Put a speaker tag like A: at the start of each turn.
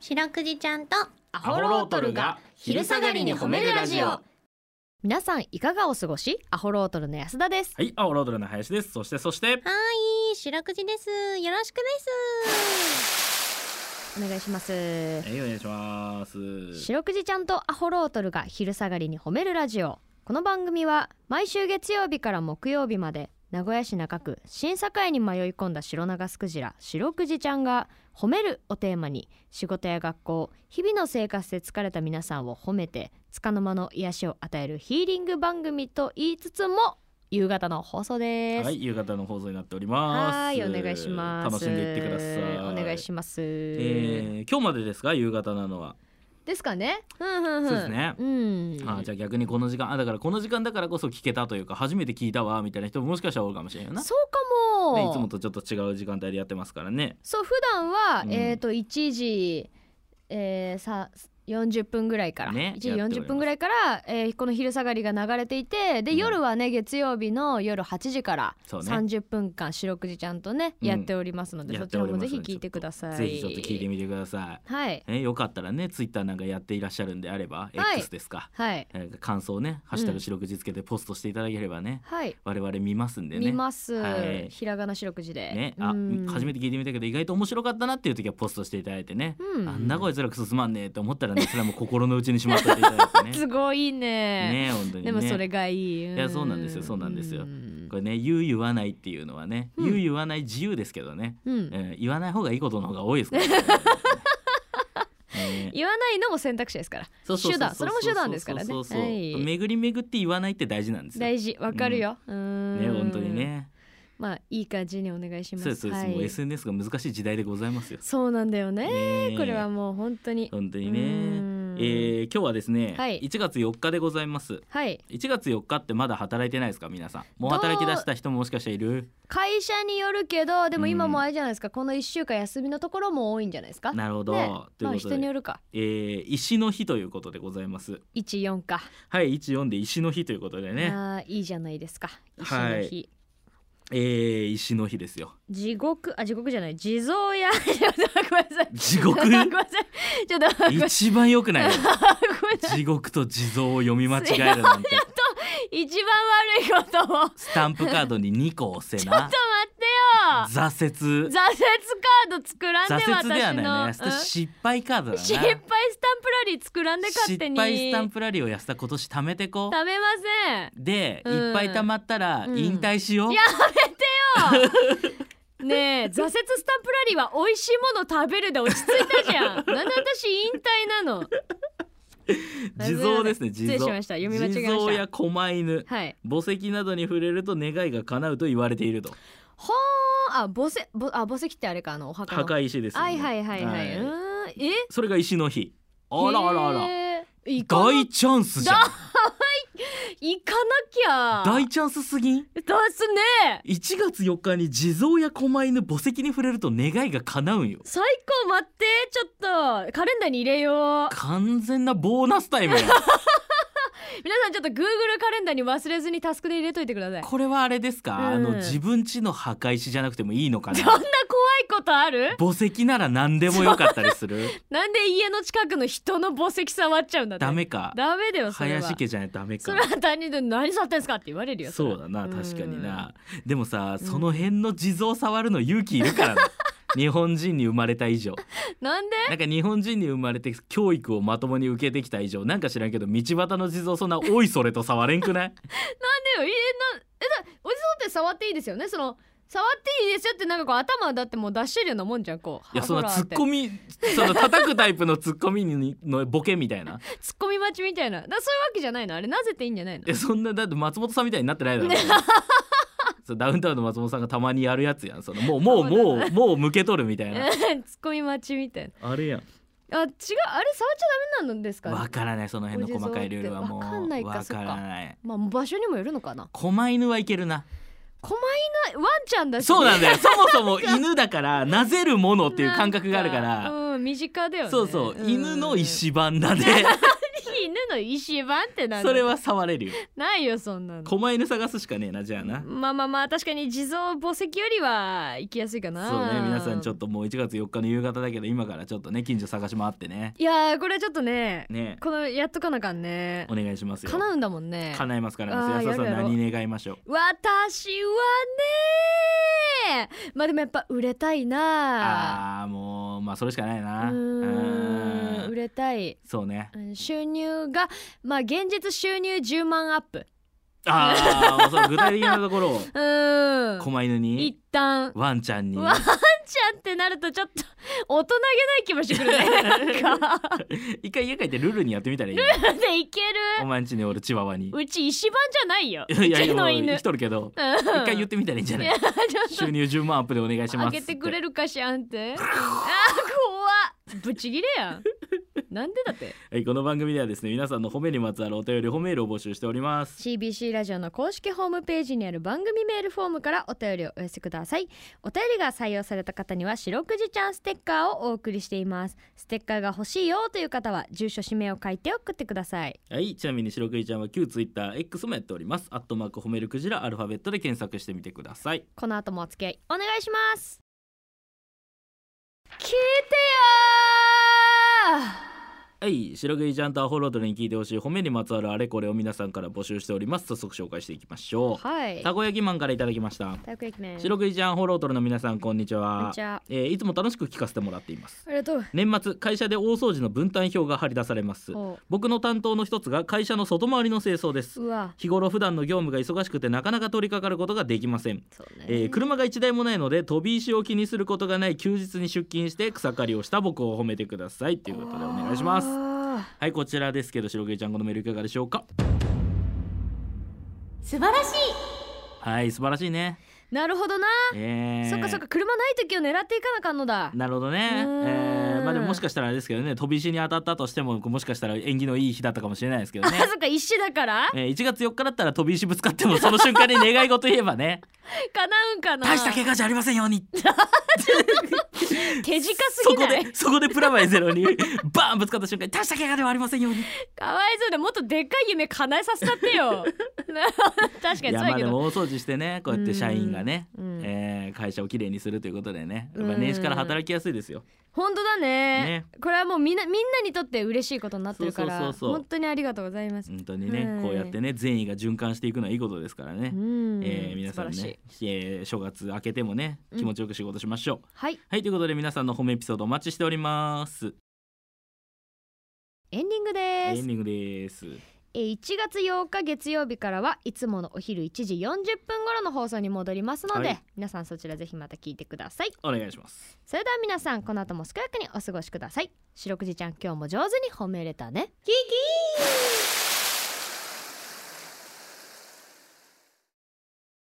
A: 白くじちゃんとア
B: ホロートルが昼下がりに褒めるラジオ
C: 皆さんいかがお過ごしアホロートルの安田です
B: はい、青ロードルの林です。そして、そして、
A: いい白くじですよろしくです
C: お願いします
B: えい、お願いします。
C: 白くじちゃんとアホロートルが昼下がりに褒めるラジオこの番組は毎週月曜日から木曜日まで名古屋市中区審査会に迷い込んだ白長スクジラ白くじちゃんが褒めるをテーマに仕事や学校日々の生活で疲れた皆さんを褒めて束の間の癒しを与えるヒーリング番組と言いつつも夕方の放送です
B: はい、夕方の放送になっております。
C: はいお願いします
B: 楽しんでいってください。
C: お願いします、
B: えー、今日までですか夕方なのは、
C: ですかねうんうんん
B: そうですね
C: うん
B: あーじゃあ逆にこの時間あだからこの時間だからこそ聞けたというか初めて聞いたわみたいな人ももしかしたら多いかもしれんよな、
C: そうか
B: ね、
C: も
B: いつもとちょっと違う時間帯でやってますからね
C: そう普段は、
B: うん
C: えっ、と1時、えー、さ40分ぐらいから、
B: ね
C: 1時
B: やっております
C: 40分ぐらいから、えーこの昼下がりが流れていてで、
B: うん
C: 夜はね月曜日の夜8時から
B: そうね
C: 30分間四六時ちゃんとね、
B: うん
C: やっておりますので
B: や
C: そ
B: っ
C: ち
B: てお
C: ら
B: り
C: も
B: ます
C: ぜ
B: ので
C: ひ聞いてください
B: ぜひちょっと聞いてみてくださ
C: はい
B: い、ね、よかったらねツイッターなんかやっていらっしゃるんであれば、
C: はい
B: X ですか
C: はい
B: えー感想をね「ハッシュタグ四六時」つけてポストしていただければね、
C: はい、
B: 我々見ますんでね
C: 見ます、
B: はい
C: ひらがな四六時で
B: ね、あ、
C: うん
B: 初めて聞いてみたけど意外と面白かったなっていう時はポストしていただいてね、
C: うん
B: あんなこいつらくそすまんねえって思ったらねそれはもう心の内にしまっといていただいて ね
C: すごいね
B: ね本当にね
C: でもそれがいい、い
B: いやそうなんですよそうなんですよ
C: うん
B: これね言う言わないっていうのはね、
C: うん
B: 言う言わない自由ですけどね、
C: うん
B: えー言わない方がいいことの方が多いですからね ね
C: 言わないのも選択肢ですから
B: そうそうう
C: 手段それも手段ですからね
B: そうそうそう
C: はい
B: 巡り巡って言わないって大事なんですよ
C: 大事わかるよ、うーん、
B: ね本当にね
C: まあいい感じにお願いします
B: そうですそうです、
C: はい
B: もう SNS が難しい時代でございますよ、
C: そうなんだよね
B: ね
C: これはもう本当に
B: 本当に
C: う
B: ね
C: ん、
B: えー、今日はですね、
C: はい
B: 1月4日でございます
C: はい
B: 1月4日ってまだ働いてないですか皆さんもう働き出した人ももしかしている
C: 会社によるけどでも今
B: うん
C: もあれじゃないですか、この1週間休みのところも多いんじゃないですか
B: なるほど、
C: ね
B: という
C: まあ
B: こと
C: 人
B: で、
C: によるか
B: えー石の日ということでございます
C: 14か、
B: はい14で石の日ということでね、
C: あーいいじゃないですか石の日、
B: はいえー、石の日ですよ
C: 地獄あ地獄じゃない地蔵や ちょっとごめんなさい
B: 地
C: ご
B: 獄
C: めんなさいちょっとごめんなさい
B: 一番良く ないよ
C: ごめんなさい
B: 地獄と地蔵を読み間違えるなんて
C: 一番悪いことを
B: スタンプカードに2個押せな
C: ちょっと待ってよ
B: 挫
C: 挫
B: 折
C: 折カード作らんで
B: 挫折では
C: 私の、う
B: ない
C: ん
B: ね
C: 失敗ス
B: 失敗カードだな
C: タンプラリー作らんで勝手に
B: 失敗スタンプラリーを安田今年貯めてこ
C: 食べません
B: で、
C: うん
B: いっぱい貯まったら
C: うん
B: 引退しよう、
C: やねえ挫折スタンプラリーは美味しいもの食べるで落ち着いたじ ゃんなんで私引退なの
B: 地蔵ですね地
C: 失
B: 蔵
C: 礼しました読み間違えました
B: 地蔵や狛犬
C: はい
B: 墓石などに触れると願いが叶うと言われていると
C: ほーんあ墓石ぼあ墓石ってあれかあのお墓の
B: 墓石ですよね、
C: はいはいはいはい、うーんえ
B: それが石の日あらあらあら
C: へー行かな
B: 大チャンスじゃん
C: 行かなきゃ
B: 大チャンスすぎん
C: ですね
B: 1月4日に地蔵や狛犬墓石に触れると願いが叶うんよ
C: 最高待ってちょっとカレンダーに入れよう
B: 完全なボーナスタイムや
C: 皆さんちょっと Google カレンダーに忘れずにタスクで入れといてください。こ
B: これはあれですか、あ
C: う
B: の
C: ん
B: 自分家の墓石じゃなくてもいいのか
C: んな怖
B: ない
C: ことある
B: 墓石なら何でもよかったりする
C: なんで家の近くの人の墓石触っちゃうんだって。
B: ダメか
C: ダメだよ、それは。
B: 林家じゃないとダメか
C: それは担任で何触ってんすかって言われるよ。れ
B: そ
C: は
B: うだな確かに。
C: うん
B: なでもさその辺の地蔵触るの勇気いる からな日本人に生まれた以上
C: なんで
B: なんか日本人に生まれて教育をまともに受けてきた以上なんか知らんけど道端の地蔵そんな「おいそれ」と触れんくない
C: なんでよ、え、な、え、だ、おじさんって触っていいですよね、その。触っていいですよってなんかこう頭だってもう出してるようなもんじゃんこう
B: いやそんなツ
C: ミ
B: ッコ ミその叩くタイプのツッコミにのボケみたいな
C: ツッコミ待ちみたいなだからそういうわけじゃないのあれなぜっていいんじゃないの
B: いやそんなだって松本さんみたいになってないだ ろそうダウンタウンの松本さんがたまにやるやつやんそのもうもうもうもう向け取るみたいな
C: ツッコミ待ちみたいな
B: あれやん
C: あ違うあれ触っちゃダメなんですかね
B: わからないその辺の細かいルールはもう
C: お地蔵ってわかんないか
B: わからない
C: まあ場所にもよるのかな
B: 狛犬はいけ るな
C: 狛犬ワンちゃんだし
B: そうなんだよそもそも犬だからなぜるものっていう感覚があるから
C: なんうん身近だよね
B: そうそう、犬の
C: い
B: 石版だね
C: や犬の石版ってなんだ
B: それは触れるよ
C: ないよそんなの
B: 狛犬探すしかねえなじゃあな
C: まあまあまあ確かに地蔵墓石よりは行きやすいかな
B: そうね皆さんちょ
C: っ
B: っともう1月4日の夕方だけど今からちょっとね近所探し回ってね
C: といやーこれちょっとね
B: ね
C: このやっとかなあかんね
B: お願いしますよ
C: 叶うんだもんね
B: 叶えますから
C: あー
B: 安田さん
C: やるやろ
B: 何願いましょう
C: 私はねまあでもやっぱ売れたいな
B: ああーもうまあそれしかないな
C: うー
B: うんん
C: 売れたい
B: そうね
C: うん収入がまあ現実収入10万アップ
B: ああそう具体的なところを
C: うーん
B: 狛犬
C: 一
B: に
C: 旦
B: ワンちゃんに
C: ワンちゃんってなるとちょっと大人げない気もしてくるねなんか
B: 一回家帰ってルルにやってみたらい いよ
C: でいけ
B: お
C: る
B: 前んちにおるチワワに
C: うち石版じゃないよう
B: いやい
C: ち
B: やも
C: の
B: う
C: 犬
B: しとるけど
C: 一
B: 一回言ってみたらいいんじゃない収入10万アップでお願いします
C: あ
B: って
C: げてくれるかしあんてあー怖っぶち切れやんなんでだって
B: はい、この番組ではですね皆さんの褒めにまつわるお便り褒めールを募集しております。
C: CBC ラジオの公式ホームページにある番組メールフォームからお便りをお寄せくださいお便りが採用された方には白くじちゃんステッカーをお送りしていますステッカーが欲しいよという方は住所氏名を書いて送ってください
B: はい、ちなみに白クイちゃんは旧ツイッター X もやっております。アットマーク褒めるクジラアルファベットで検索してみてください。
C: この後もお付き合いお願いします聞いてよ
B: はい、白クイちゃんとアホロードに聞いてほしい褒めにまつわるあれこれを皆さんから募集しております。早速紹介していきまし
C: ー
B: ょう。
C: はい
B: たこ焼きマンからいただきました。
C: たこ焼き麺
B: 白クイちゃんアホロードの皆さんこんにち
C: こん
B: は
C: にち。は
B: えーいつも楽しく聞かせてもらっています。
C: ありがとう
B: 年末会社で大掃除の分担表が貼り出されます。
C: お
B: 僕の担当の一つが会社の外回りの清掃です。
C: うわ
B: 日頃普段の業務が忙しくてなかなか取り掛かることができません、
C: そうね
B: えー車が1台もないので飛び石を気にすることがない休日に出勤して草刈りをした僕を褒めてくださいということでお願いします
C: あ
B: はいこちらですけど白毛ちゃんこのメールいかがでしょうか
A: 素晴らしい
B: はい素晴らしいね
C: ーなるほどな、
B: えー、
C: そっかそっか車ない時を狙っていかなあかんのだ
B: なるほどね
C: うーん
B: えー、まあでももしかしたらあれですけどね飛び石に当たったとしてももしかしたら縁起のいい日だったかもしれないです けどね
C: あそっか石だから
B: えー1月4日だったら飛び石ぶつかってもその瞬間に願い事言えばね
C: 叶うんかな
B: 大した怪我じゃありません ように
C: 手近す
B: そ
C: ぎ
B: こ
C: ない
B: で そこでプラマイゼロにバーンぶつかった瞬間に大した怪我ではありませんように
C: かわいそうでもっとでっかい夢叶えさせたって よな確かにそう
B: いやま
C: や
B: あ
C: け
B: で
C: ど
B: も大掃除してねこうやって社員がね、
C: うん
B: えー会社をきれいにするということでねやっ
C: う
B: ぱ
C: ん
B: 年始から働きやすいですよ
C: 本当だね
B: ね
C: これはもうみんなみんなにとって嬉しいことになってるから
B: そうそうそうそう
C: 本当にありがとうございます
B: 本当にね、
C: うん
B: こうやってね善意が循環していくのはいいことですからね
C: う、ん、
B: えー皆さん
C: 素晴らしい
B: ね、えー正月明けてもね気持ちよく仕事しましょう、
C: はい
B: はいということで皆さんの褒めエピソードお待ちしております
C: エンディングで
B: エ
C: す
B: ンディングです
C: えー1月8日月曜日からはいつものお昼1時40分頃の放送に戻りますので、
B: はい
C: 皆さんそちらぜひまた聞いてください
B: お願いします
C: それでは皆さんこの後も健やかにお過ごしください白くじちゃん今日も上手に褒めれたね
A: キキー